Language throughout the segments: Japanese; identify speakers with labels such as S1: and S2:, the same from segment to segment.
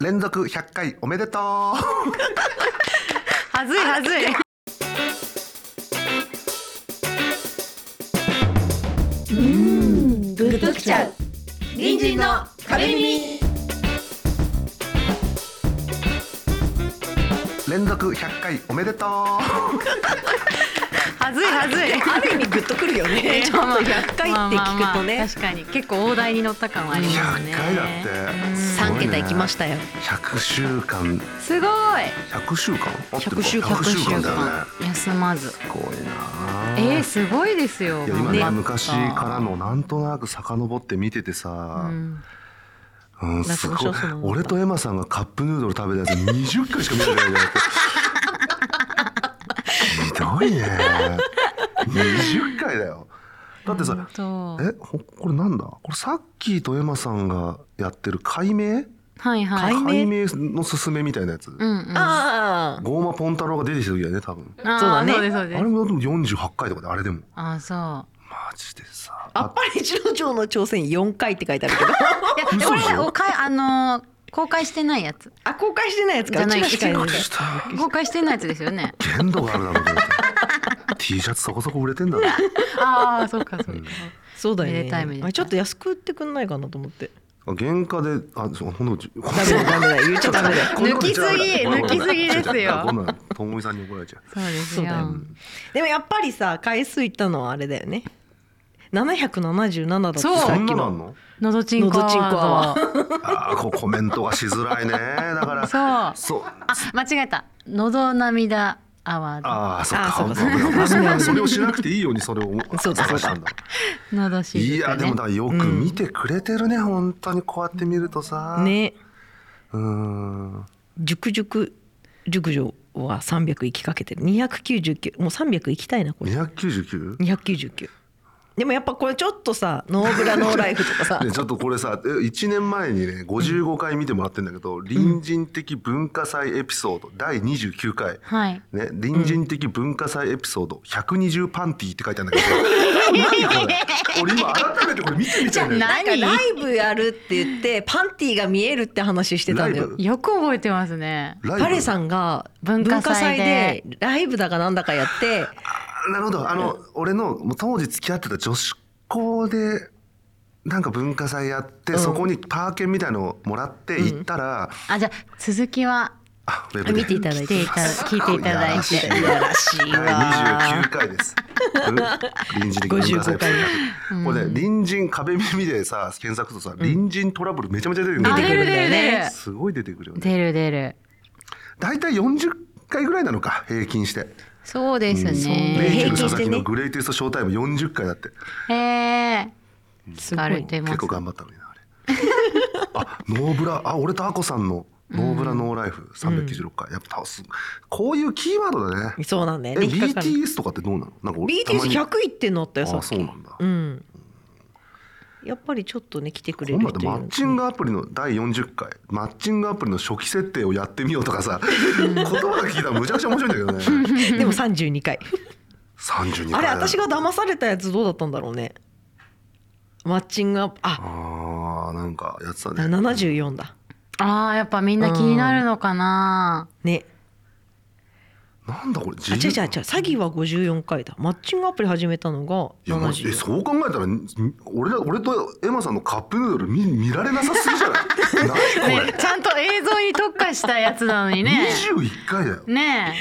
S1: 連続100回おめでとう
S2: はずいはずい。
S3: グッときちゃう隣人の壁耳
S1: 連続100回おめでとう
S2: はずいはずい。
S3: ある意味グッとくる よねちょっと100回って聞くと
S2: まあまあまあ
S3: ね
S2: 確かに結構大台に乗った感はありますね。
S1: 100回だって
S2: うん
S3: 3桁いきましたよ
S1: 100週間
S2: すごい。
S1: 100週間合ってるか
S3: 100週間
S1: 100週間だよね
S2: 休まず。
S1: すごいなあ
S2: えー、すごいですよ。
S1: いや今
S2: 頑張っ
S1: ね
S2: た
S1: 昔からのなんとなく遡って見ててさ
S2: う、ん
S1: うん、すごい
S3: 夏の少々の
S1: 俺とエマさんがカップヌードル食べたやつ20回しか見て ないじゃなくてひどいね20回だよだってさ、
S2: 本当
S1: えほこれなんだこれさっきとエマさんがやってる解明
S2: はいはい。
S3: 解明
S1: 解明のすすめみたいなやつ、
S2: うんうん。あ
S3: あ
S1: ゴーマポンタロウが出てきた時だよね多分
S2: ー
S3: そうだね
S2: そうですそう
S1: あ
S2: で
S1: れ
S2: す。
S1: もでも48回とかであれでも
S2: あーそう。
S1: マジでさ
S3: ああっぱれ二郎長の挑戦4回って書いてあ るけど
S2: いやこ
S1: 嘘でし
S2: れ
S1: ょ
S2: をかあのー公開してないやつ
S3: あ公開してないやつか
S2: じゃない
S3: ちらしか
S1: あ
S3: や
S1: っ
S3: つ
S1: した
S2: 公開してないやつですよね
S1: 限度があるだろうと思って T シャツそこそこ売れてんだろ
S2: ああそうかそうう
S1: ん
S2: か
S3: そうだ
S2: め
S3: よ
S2: でたいめで
S3: ね
S2: たい
S3: あちょっと安く売ってくんないかなと思って
S1: あ原価であそうほんとこん
S3: ダメだダメだ言っちゃダメだ
S1: こんなこと言っちゃダメだ
S2: 抜きすぎ抜きすぎですよ
S1: こんなんともみさんに怒られちゃう
S2: そうです
S3: そうだよ
S2: よ
S3: でもやっぱりさ回数いったのはあれだよね777だって
S2: そう
S3: さ
S1: そ
S3: っ
S1: ん
S3: き
S1: なな
S3: の
S1: んの
S2: のどちんこアワード
S1: あーこうコメントがしづらいねだから
S2: そうあ
S1: そう
S2: 間違えたのど涙アワー
S1: ああそっ
S3: あー
S1: か
S3: そうか
S1: 危ない危ない
S3: そう か
S1: それをしなくていいようにそれを
S3: そうだ
S1: 探したんだ
S2: ドのどし
S1: い
S2: ず
S1: や
S2: く
S1: でも
S2: ね
S1: だからよく見てくれてるね、本当にこうやって見るとさ
S3: ね
S1: うーん
S3: 熟熟熟女は300行きかけてる299もう300行きたいなこれ
S1: 299?
S3: 299でもやっぱこれちょっとさノーブラノーライフとか さ
S1: ね、ちょっとこれさえ1年前にね55回見てもらってんだけど、隣人的文化祭エピソード第29回、
S2: はい
S1: ね、隣人的文化祭エピソード120パンティーって書いてあるんだけど、何これ俺今改めてこれ見てみたい
S2: じゃ
S1: な
S2: あ
S3: なんかライブやるって言ってパンティーが見えるって話してたんだ
S1: ライ
S3: よ
S1: ブ
S2: よく覚えてますね
S1: ライブ
S3: パレさんが
S2: 文化祭で
S3: 文化祭でライブだかなんだかやって
S1: あなるほどあの、俺のもう当時付き合ってた女子校でなんか文化祭やって、
S3: うん
S1: そこにパー券みたいのをもらって行ったら、
S2: あじゃあ続きは
S1: あウェブで
S3: 見ていただい
S2: 来
S3: て
S2: ていた聞いていただいて
S1: いやら
S3: し
S1: 第29回です。うん臨時的文化祭
S3: 55回
S2: うん
S1: これね、隣人壁耳でさ、検索するとさ、隣人トラブルめちゃめちゃ出てくる。
S2: あ
S3: 出てくるんだよね
S2: 出る
S1: すごい出てくるよね。
S2: 出る出る
S1: 大体40回ぐらいなのか、平均して。
S2: そうです
S1: レイチェ
S2: ね
S1: ル佐
S3: 平均し
S1: 々
S3: て
S1: 木の
S3: ね
S1: グレイテストショータイム40回だって。
S2: へえ
S3: すご
S2: 疲れ
S3: い
S2: てま
S1: 結
S2: す
S1: 構頑張ったのにな、あれ。 あ、ノーブラ、あ、俺とアコさんのノーブラノーライフ396回。やっぱ倒す。こういうキーワードだね。
S3: そうなんだ
S1: え、
S3: よね引っかかる
S1: BTS とかってどうなのなんか俺たま
S3: BTS100
S1: に
S3: 行ってんのあったよさ
S1: あ、
S3: っき
S1: そうなんだ。
S3: うんやっぱりちょっとね来てくれる
S1: 今ま
S3: 人
S1: で
S3: いる
S1: マッチングアプリの第40回マッチングアプリの初期設定をやってみようとか さ言葉で聞いたらむちゃくちゃ面白いんだけどね
S3: でも32回
S1: 32
S3: あ
S1: 回
S3: れ私が騙されたやつどうだったんだろうねマッチングアプ
S1: あ
S3: あ
S1: ーなんかやってたね
S3: 74だ
S2: あーやっぱみんな気になるのかな
S3: ね
S1: なんだこれ
S3: あ違う
S1: 自
S3: 違う違う
S1: 由
S3: 詐欺は54回だマッチングアプリ始めたのが
S1: いやマジえ
S3: 74
S1: そう考えたらん俺ら俺とエマさんのカップヌードル見見られなさすぎじゃない何こ
S2: ね
S1: れ
S2: ちゃんと映像に特化したやつなのにね
S1: 21回だよ
S2: ねえ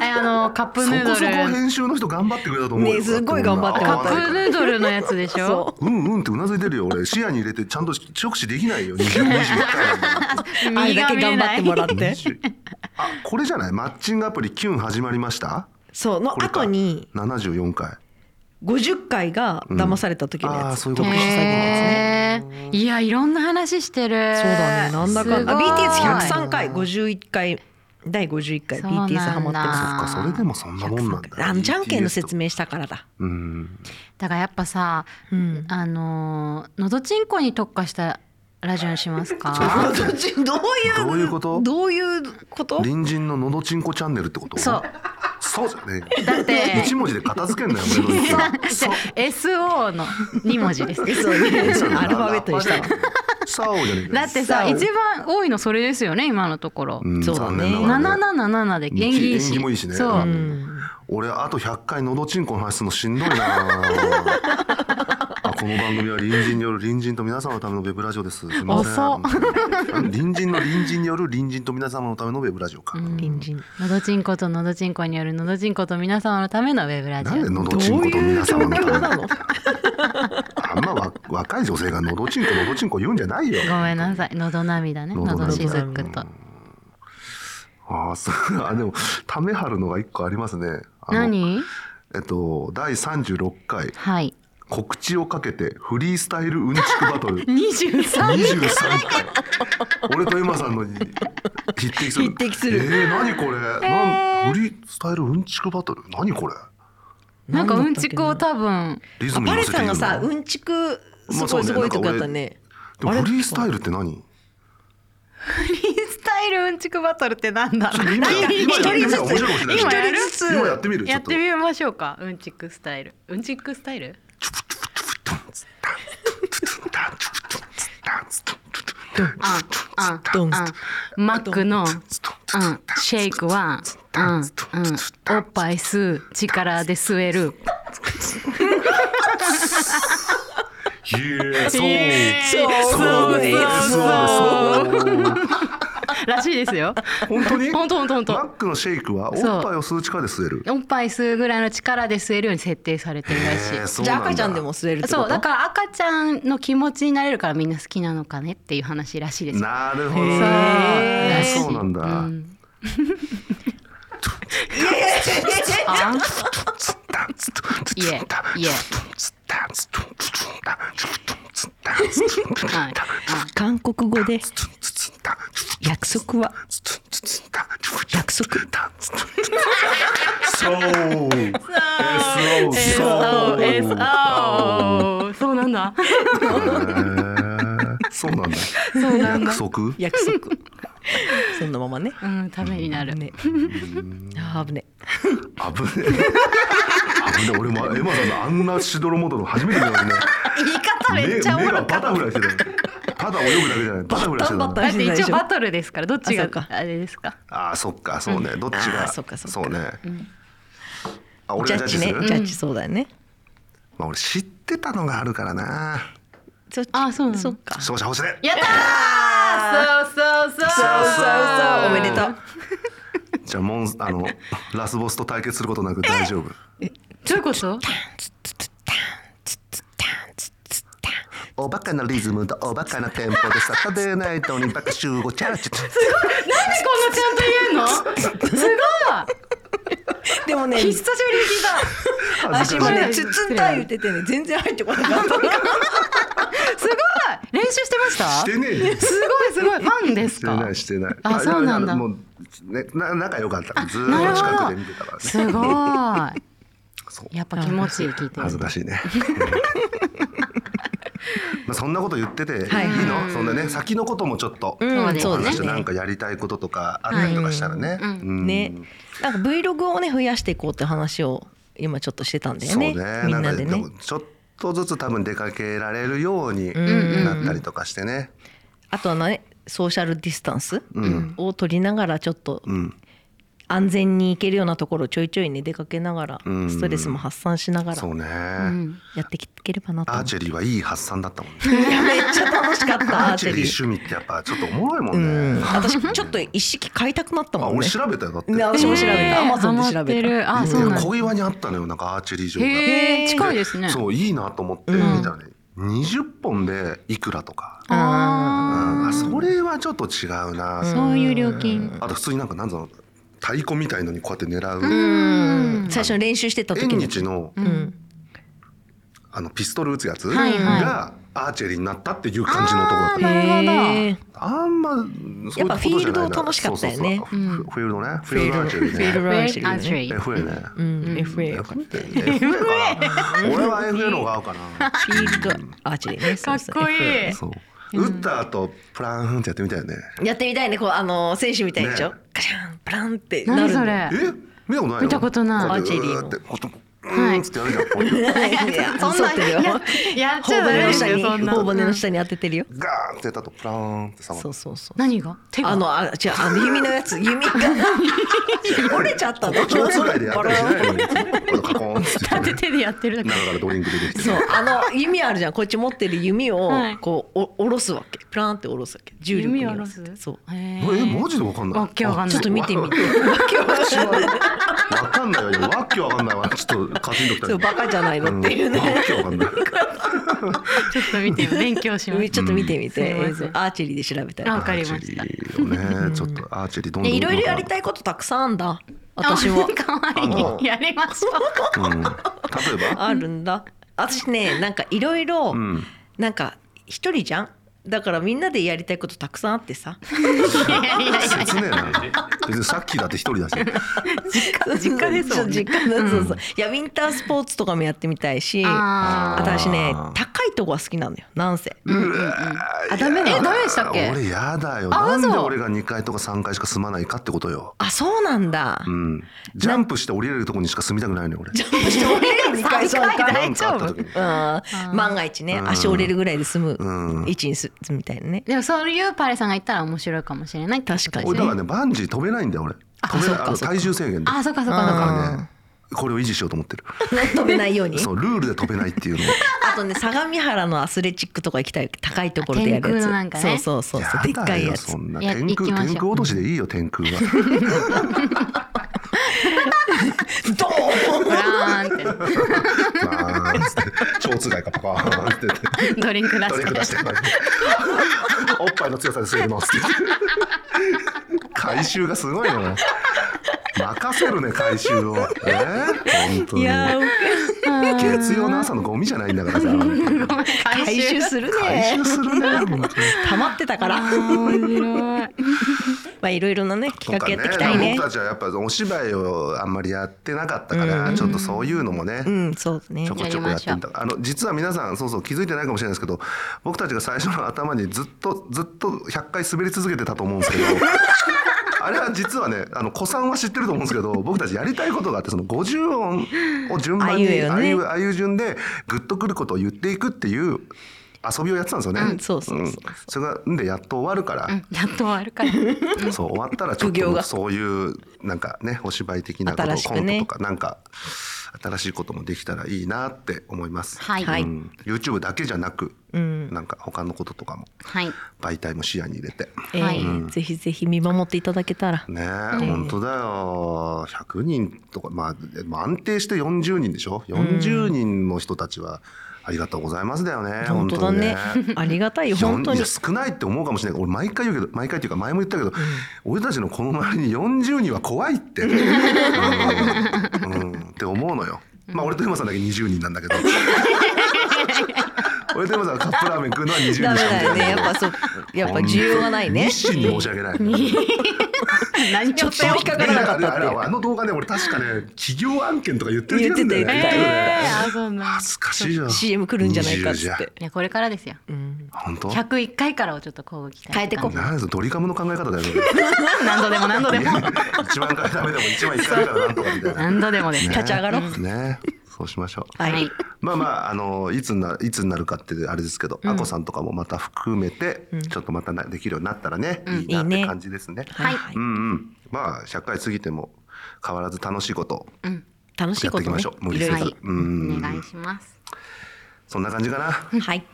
S2: えあのカップ
S1: そ
S2: ヌード
S1: こそ
S2: ル
S1: こ編集の人頑張ってくれたと思うよ
S3: ねすごい頑張ってくれた
S2: カップヌードルのやつでしょ
S3: そ
S1: うんうんってうなずいてるよ俺視野に入れてちゃんと直視できないよ2021回なんだから
S3: うあれだけ頑張ってもらって
S1: あこれじゃないマッチングアプリキュン始まりました
S3: そうの
S1: これか
S3: 後に
S1: 74回
S3: 50回が騙された時の
S1: あ
S3: や
S1: あ
S3: つ、
S1: そういうこ
S2: 見
S1: と
S2: れ
S1: か
S2: ないへえいやいろんな話してる
S3: そうだねなんだかんだ
S2: すごい
S3: BTS103 回51回第51回
S2: そうなんだ
S3: BTS ハマってます
S1: そっかそれでもそんなもんなんだ
S3: あのじゃんけんの説
S1: 明
S3: 明したからだ。
S1: うん
S2: だからやっぱさ、
S3: うん
S2: あのーのどちんこに特化したラジオにします
S1: あ
S2: か
S3: どっちどういう
S1: どういうこと
S3: どういうこと？
S1: 隣人ののどちんこチャンネルってこと
S2: そう
S1: そうじゃねえよ
S2: だって
S1: 一文字で片付けんなよ俺の意見
S2: じゃあ SO の二文字です
S3: そうねアルファベットにしたわ。
S1: サオじゃねえか
S2: だってさ
S3: そう
S2: 一番多いのそれですよね今のところ、
S1: うん
S3: そうだね
S1: 残念ながらね
S2: 777で縁起いいし
S1: 縁起もいいしね
S2: そ
S1: う
S2: う、
S3: うん
S1: 俺あと100回のどちんこの話するのしんどい なあこの番組は隣人による隣人と皆様のためのウェブラジオですすいません
S3: 遅っ
S1: 隣人の隣人による隣人と皆様のためのウェブラジオか、
S2: うん
S3: 隣人
S2: のどちんことのどちんこによるのどちんこと皆様のためのウェブラジ
S1: なんで
S2: オ
S1: のど
S3: どう
S1: ちんこと
S3: いう
S1: 皆
S3: 状
S1: 様のため
S3: 況
S1: の
S3: なの
S1: あんまわ若い女性がのどちんこのどちんこ言うんじゃないよ
S2: ごめんなさいのど涙ね
S1: のど
S2: の
S1: 涙
S2: どしずくと
S1: あーそう あでもためはるのが一個ありますねあの
S2: 何
S1: えっと第36回
S2: はい
S1: 告知をかけてフリースタイルうんちくバトル
S3: 23
S1: 23回俺とエマさんのに匹敵する
S3: 匹敵する
S1: えー、何これ、
S2: え
S1: なんフリースタイルうんちくバトル何これ
S2: なんかうんちくを多分
S1: リズ
S3: あ
S1: ムに乗
S3: パレ
S1: せて
S3: さん
S1: 言う
S3: が
S1: の
S3: さうんちくす
S1: まあそう
S3: ごい
S1: ね
S3: すごいとこだったね,、
S1: でも
S3: あれ
S1: フリースタイルって何
S2: フリースタイルうんちくバトルってなんだ
S1: ちょっと今 や今やってみたら面白いかもしれない
S2: 今やる
S1: 今やってみるちょ
S2: や
S1: っ
S2: っ
S1: と
S2: てみましょうかうんちくスタイルうんちくスタイルあんあん
S3: ドン
S2: あんマックのうんシェイクはうんうんおっぱい吸う力で吸える
S1: へえそう
S3: そ
S1: そう
S3: う
S1: そうそう
S2: らしいですよ
S1: 本当に
S2: ほんとほんとほん
S1: マ
S2: と
S1: ックのシェイクはおっぱいを吸う力で吸える
S2: おっぱい吸うぐらいの力で吸えるように設定されてるらしい
S1: へーそう
S3: じ
S1: な
S3: ゃあ
S1: んだ
S3: 赤ちゃんでも吸えるってこと
S2: そうだから赤ちゃんの気持ちになれるからみんな好きなのかねっていう話らしいですよ
S1: なるほど
S2: へー
S1: そうなんだ、
S2: うんあいえいえはい
S3: 韓国語で約束は約束
S1: そう
S2: SOS あーそう なんだ
S1: そうなんだ。約束。
S3: 約 束そのままね
S2: うんためになる
S3: ねあー危
S1: 危ねえ。
S3: ね
S1: 危ねえ。俺もエマさんのあんなしどろもどろ初めてだよね。
S2: 言い方
S1: 目目がバタフライしてる。ただ泳ぐだけじゃない。バタフライしてる
S3: バタバタ
S2: だって一応バトルですからどっち
S3: あそ
S2: が
S3: うか
S2: あれですか
S1: ああ、そっか、そうね。どっち
S3: あ
S1: が。
S3: ーそっかそっか
S1: うね。あ、俺
S3: ジ
S1: が
S3: ャ
S1: ジャ
S3: ッ
S1: ッジ
S3: ジね
S1: する。
S3: ジャッジそうだよね
S1: まあ俺知ってたのがあるからな。
S3: そっち
S2: あそうなの
S3: そっか
S1: 勝者星で。
S2: やったーそうそう
S3: そうそ
S2: そう
S3: うそうおめでとう
S1: じゃあモンあのラスボスと対決することなく大丈夫。
S2: どういうこと
S1: おバカなリズムとおバカなテンポでサタデーナイトにバカ集合チャーチ。
S2: なんでこんなちゃんと言うのすごい
S3: でもね
S2: 久しぶりに聞いた
S1: 恥ず
S3: 私も
S1: かしい
S3: ねつつんた言っててね全然入ってこなかった
S2: すごい練習してました
S1: してねえよ。
S2: すごいすごいファンで
S1: し
S2: す
S1: て
S2: か
S1: ないしてない。
S2: あそうなんだ
S1: もうねな仲良かった。ずーっ
S2: なる
S1: と近
S2: ほ
S1: く
S2: ど
S1: で見てたからね。
S2: すごい
S1: そう
S2: やっぱ気持ちいい聞いてる
S1: 恥ずかしいね。 まあそんなこと言ってていいの？
S3: はい
S1: そんなね先のこともちょっと。
S2: うん
S1: お
S2: そう
S1: 話
S2: だ
S1: でなんかやりたいこととかあったりとかしたらね。
S2: うんう
S1: うん
S3: ね、なんか Vlog をね増やしていこうって話を今ちょっとしてたんだ
S1: そ
S3: よ
S1: う
S3: ね
S1: ね。
S3: み
S1: なんん
S3: な
S1: か
S3: で
S1: で
S3: ね
S1: もちょっとずつ多分出かけられるように
S2: ん
S1: なったりとかしてね。
S3: あとはねソーシャルディスタンス
S1: うん
S3: を取りながらちょっと
S1: うん。
S3: 安全に行けるようなところをちょいちょいね出かけながら
S1: うん
S3: ストレスも発散しながら
S1: そうね。
S2: うん
S3: やっていければなと
S1: ア
S3: 思
S1: ー
S3: って
S1: チェリーはいい発散だったもんね。
S3: いやめっちゃ楽しかった
S1: ア
S3: ア
S1: ー
S3: ー
S1: チェ
S3: チェ
S1: リ
S3: リ
S1: ー
S3: ー
S1: 趣味ってやっぱちょっとおもろいも
S3: うん
S1: ね。
S3: ん私ちょっと意識変えたくなった
S1: あ、
S3: もん
S1: 俺
S3: ね
S1: 調べたよだって。
S3: ね私も調べた
S2: へー
S3: Amazon で調べた
S2: ハマってるあ
S1: い
S2: そう
S1: や
S2: なんだ
S1: 小岩にあったのよなんかアーチェリー場が。
S2: へ
S3: へー
S2: え近いですね
S1: そういいなと思って見たらね、20本でいくらとか、うん
S2: あ
S1: あそれはちょっと違うな、
S2: ーそういう料金
S1: あと普通になんかなんだろう太鼓みたいのにこうやって狙う、
S3: うん最初に練習してた時
S1: 縁
S3: に
S1: 日の,、
S3: うん
S1: あのピストル打つやつが、
S2: はいはい
S1: アーチェリーになったっていう感じのとこだった
S2: なるほど
S3: へー
S1: あんまそういうことじゃないな
S3: やっぱフィールド楽しかったよね
S1: そうそうそうフフィールドねフィールドアーチェリー
S3: フィール
S1: ね
S2: ア
S3: ドア
S2: ー
S3: ー
S2: チ
S3: チ
S2: ェ
S3: ェ
S2: リ
S3: リ
S2: ー
S3: ー
S1: FA
S2: ね
S3: ね
S1: ね、
S3: うん FA
S1: よかったよね FA かな俺は FA の方が合うかな
S3: フィールドアーチェリーねそうそう
S2: かっこいい
S3: FA
S1: そう打った後プランってやってみたよね
S3: やってみたいねこうあの選手みたいでしょ、
S1: ね
S3: ガシャンプランってなる
S2: 何
S3: んだ
S2: そ
S3: よ
S2: れ
S1: え見たことないのこうやって
S2: 見たことない
S3: アーチェリーの
S1: うーってこうやってうーんっつってやるじゃん、こういう。
S3: いや
S2: そんな
S3: ってるよ
S2: ややっち
S3: 頬
S2: ゃダメ
S3: 骨
S2: で
S3: の
S2: す
S3: 下
S2: よ
S3: に
S2: そんな
S3: 頬骨の下に当ててるよ
S1: ガーンってやったとプラーンって下が
S3: そ
S1: る
S3: う。そうそう
S2: 何が手が
S3: あのあ違うあの弓のや つ弓が折れちゃったの
S1: 気持ちぐらいでやったりしないのに、これカコーンっつって。
S2: 立て手でやってるだけ
S1: 中からドリンク出てきて。
S3: そうあの弓あるじゃんこっち持ってる弓を
S2: はい
S3: こうお下ろすわけプランって下ろすわけ重力に
S2: 弓を
S3: 合
S2: 下ろ
S3: わせ
S2: す
S3: てそう
S2: え
S1: え、マジでわかんない。
S2: わけわかんない
S3: ちょっと見てみて
S1: わかんないわよ。わけわかんないわ。ちょっとカチンときた
S3: そうバカじゃないのっていう
S1: うん
S3: ね
S1: わけわかんない。
S2: ちょっと見て勉強 します
S3: ちょっと見てみて
S2: うん
S3: 映像アーチェリーで調べた
S2: あ
S3: ら
S2: わかりました
S1: アーチェリーをね、ちょっとアーチェリーどんどん。
S3: いろいろやりた
S1: い。
S3: いことたくさんあんだ私 は
S2: かわ
S1: あ
S2: い
S1: の
S2: いやりましょう
S1: うん。例えば。
S3: あるんだ私ねなんかいろいろ
S1: うん。
S3: なんか一人じゃんだからみんなでやりたいことたくさんあってさ
S2: いやいやいや
S1: 切ねえな。別にさっきだって一人だし。
S3: 実
S2: 家ですもんね
S3: 実家だそうそういやウィンタースポーツとかもやってみたいし
S2: あー
S3: 私ね
S1: あー
S3: 高いとこが好きなのよなんせ
S2: あダメえダメでしたっけ
S1: 俺やだよ。
S2: あ
S1: なんで
S2: 嘘
S1: 俺が2階とか3階しか住まないかってことよ。
S3: あそうなんだ
S1: うん。ジャンプして降りれるとこにしか住みたくないのよ俺。
S3: 2階3階
S2: 大
S1: な
S2: 丈夫
S1: んかあった時に。
S3: うん万が一ね足折れるぐらいで済む
S1: うん
S3: 位置に住むみたいなね
S2: でもそういうパレさんが言ったら面白いかもしれない
S3: 確かに
S1: 俺だからねバンジー飛べないんだよ俺。飛べないあの体重制限で。
S2: あそっかそっかそっ
S1: だ
S2: か
S1: からねこれを維持しようと思ってる。
S3: 飛べないように
S1: そうルールで飛べないっていうのを。
S3: あとね相模原のアスレチックとか行きたい高いところでやる
S2: 天空のな
S3: や
S2: んか
S3: つ
S2: ね
S3: そうそうそうそうでっ
S1: や
S3: か
S1: だ
S3: い
S1: よ
S3: やつ
S1: そんない
S2: や
S1: 天
S2: 行きま
S1: 空
S2: しょう
S1: 天空落としでいいよ天空 は。
S3: ドーン
S2: ブラーン
S1: な
S2: っ
S1: んつって蝶つがいかパカーンって言って。
S2: てドリンク出
S1: ドリン
S2: し
S1: ク出
S2: て
S1: してください おっぱいの強さで吸えますって回収がすごいな任せるね回収をえー、本当
S3: い
S1: に
S3: やー
S1: 月曜の朝のゴミじゃないんだからさ
S2: 回
S3: 回収する
S1: 回
S3: ね
S1: 収するね本当に
S3: 溜まってたから
S2: あ
S3: ま
S2: ー面
S3: あいろいろなね企画やっていきたい
S1: とか
S3: ね
S1: 僕たちはやっぱお芝居をあんまりやってなかったから、ちょっとそういうのもね、
S3: うんそうね
S1: ちょこちょこやってんだあの実は皆さんそうそう気づいてないかもしれないですけど僕たちが最初の頭にずっとずっと100回滑り続けてたと思うん ですけどあれは実はねあの子さんは知ってると思うんですけど僕たちやりたいことがあってその50音を順番に
S3: あいうよ
S1: あ
S3: ね
S1: あいうああいう順でグッとくることを言っていくっていう遊びをやってたんですよね。
S3: うんそうそうそうそうん
S1: それがんでやっと終わるから、
S2: 白いやっと終わるから
S1: そう終わったらちょっ
S3: 苦行
S1: と
S3: が
S1: そういうなんかねお芝居的なこと、
S3: 新し
S1: コ
S3: く
S1: ント
S3: ね
S1: とかなんか新しいこともできたらいいなって思います。
S2: はい
S3: はい
S1: うん、YouTube だけじゃなく、
S3: うん
S1: なんか他のこととかも
S2: はい
S1: 媒体も視野に入れて。
S3: え
S2: はい
S3: ーぜひぜひ見守っていただけたら
S1: ねえ、本当だよ100人とか、まあ、でも安定して40人でしょ40人の人たちはありがとうございますだよね
S3: 本当だね
S1: 本当に
S3: ありがたいよ本当
S1: い
S3: に
S1: や少ないって思うかもしれないけど俺毎回言うけど毎回っていうか前も言ったけど、俺たちのこの周りに40人は怖いっ て、うんうんって思うのよ。まあ俺と山さんだけ20人なんだけ ど俺と山さんがカップラーメン食うのは20人しか
S3: ダ
S1: 見
S3: メ
S1: て
S3: だよ
S1: ない
S3: ねやっぱそうやっぱ需要がないね
S1: 日清に申し訳ない。
S2: 何
S3: ちょ
S2: を
S3: っと引っかからなかったっ
S1: あ
S3: てい
S1: れ
S3: う
S1: あれあの動画ね俺確かね企業案件とか言ってる気がするんだよね。
S3: 言
S1: 言っ
S3: っ
S1: てて
S3: た
S1: る
S3: よ
S1: ね
S2: えーあそうなん
S1: 恥ずかしいよ。
S3: CM 来るんじゃないかっつ
S1: 20
S3: っ
S1: じゃ
S3: て
S2: いやこれからですよ
S3: うん
S1: 本当。
S2: 101回からをちょっとこう期待
S3: 変えてこう
S1: なんですドリカムの考え方だよ。
S2: 何度でも何度でも
S1: 一万回ダメでも一万一回からなんとかみたいな。
S2: 何度でもです
S1: ね
S3: 立ち上がろう
S1: ねそうしましょう。
S3: はい
S1: まあまああのいつにないつになるかってあれですけど、あこさんとかもまた含めて、ちょっとまたなできるようになったらね、いいなっ
S3: いい
S1: て
S3: ね
S1: 感じですね。
S3: はい
S2: は
S1: うんうん。まあ社会過ぎても変わらず楽しいこと
S3: 楽しい
S1: やっ
S3: こ
S1: ていき
S3: と
S1: ま
S3: ね
S1: しょう。無
S3: い
S1: 理
S3: ろ
S1: せず。
S3: いろ
S2: はい
S1: うん
S2: お願いします
S1: そんな感じかな。
S3: はい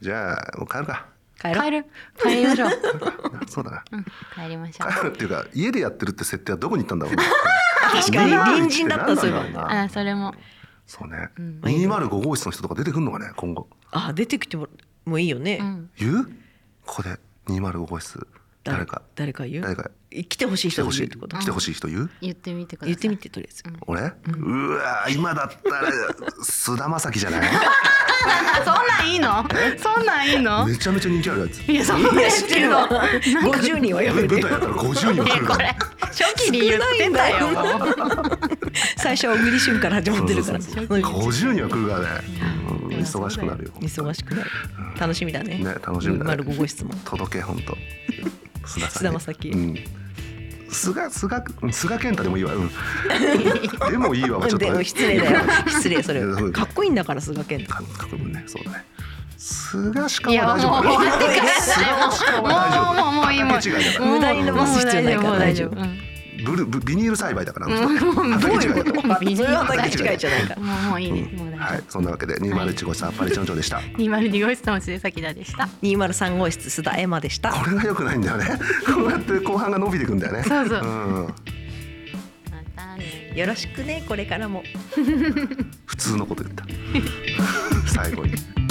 S1: じゃあもう帰る か。
S3: 帰ろ
S2: 帰
S3: う
S2: る帰りましょう
S1: そうだな。
S2: うん帰りましょう
S1: 帰るっていうか家でやってるって設定はどこに行ったんだろうね。
S3: 確かに隣人だったそういえば
S1: なんなんだろな
S2: あそれも
S1: そうね。205号室の人とか出てくんのかね今後。
S3: あ出てきてももいいよね、
S2: ん
S1: 言うここで205号室誰か
S3: 誰か言う
S1: 誰か
S3: 来てほしい
S1: 来て
S3: 人
S1: ほ
S3: が
S1: し
S3: 言う
S1: い
S3: ってこと
S1: 来てほしい人言う
S2: 言ってみてください
S3: 言ってみてとりあえず、
S1: 俺うわー今だったら菅田将暉じゃない
S2: あそんなんいいのそんなんいいの
S1: めちゃめちゃ人気あるやつ
S2: いやそんなんですけ ど
S3: 50人はやめ
S1: 舞
S3: て
S1: 台やったら50人は来る
S2: こ
S1: から
S2: れ初期に言ってたよ
S3: 最初は小栗旬から始まってるから
S1: そうそうそう50人は来るからねうん忙しくなるよ
S3: 忙しくなる楽しみだね
S1: ね楽しみだね
S3: 丸5号室も
S1: 届け本当。須
S3: 菅田将暉
S1: うん。菅菅菅健太でもいいわ、うん、でもいいわはちょっと、
S3: でも失礼だ よ失礼それかっこいいんだから菅健太
S1: かかっこいいもんねそうだね菅しか
S2: いや
S1: は
S2: もう
S1: 大丈夫
S2: 終わってくだ
S1: 菅しかは
S2: さいもうもうもうもういいもう
S1: 畑違いだから
S2: もう
S3: 無駄に伸ばす必要ないから
S2: もう大丈
S3: 大
S2: 夫
S3: 丈
S2: も
S1: ブルブビニール栽培だからあの人
S2: う もう
S1: 畑違いだから
S2: もうビニール
S3: それは畑違いじゃないから
S2: もうもういいねもう大
S1: は
S2: 丈
S1: いそんなわけで201号室あっぱれ町長でした、
S2: 夫202号室の末崎田でした
S3: 203号室須田エマでした
S1: これが良くないんだよ ねこうやって後半が伸びていくんだよね、
S2: そうそうんまたね
S3: よろしくねこれからも
S1: 普通のこと言った最後に。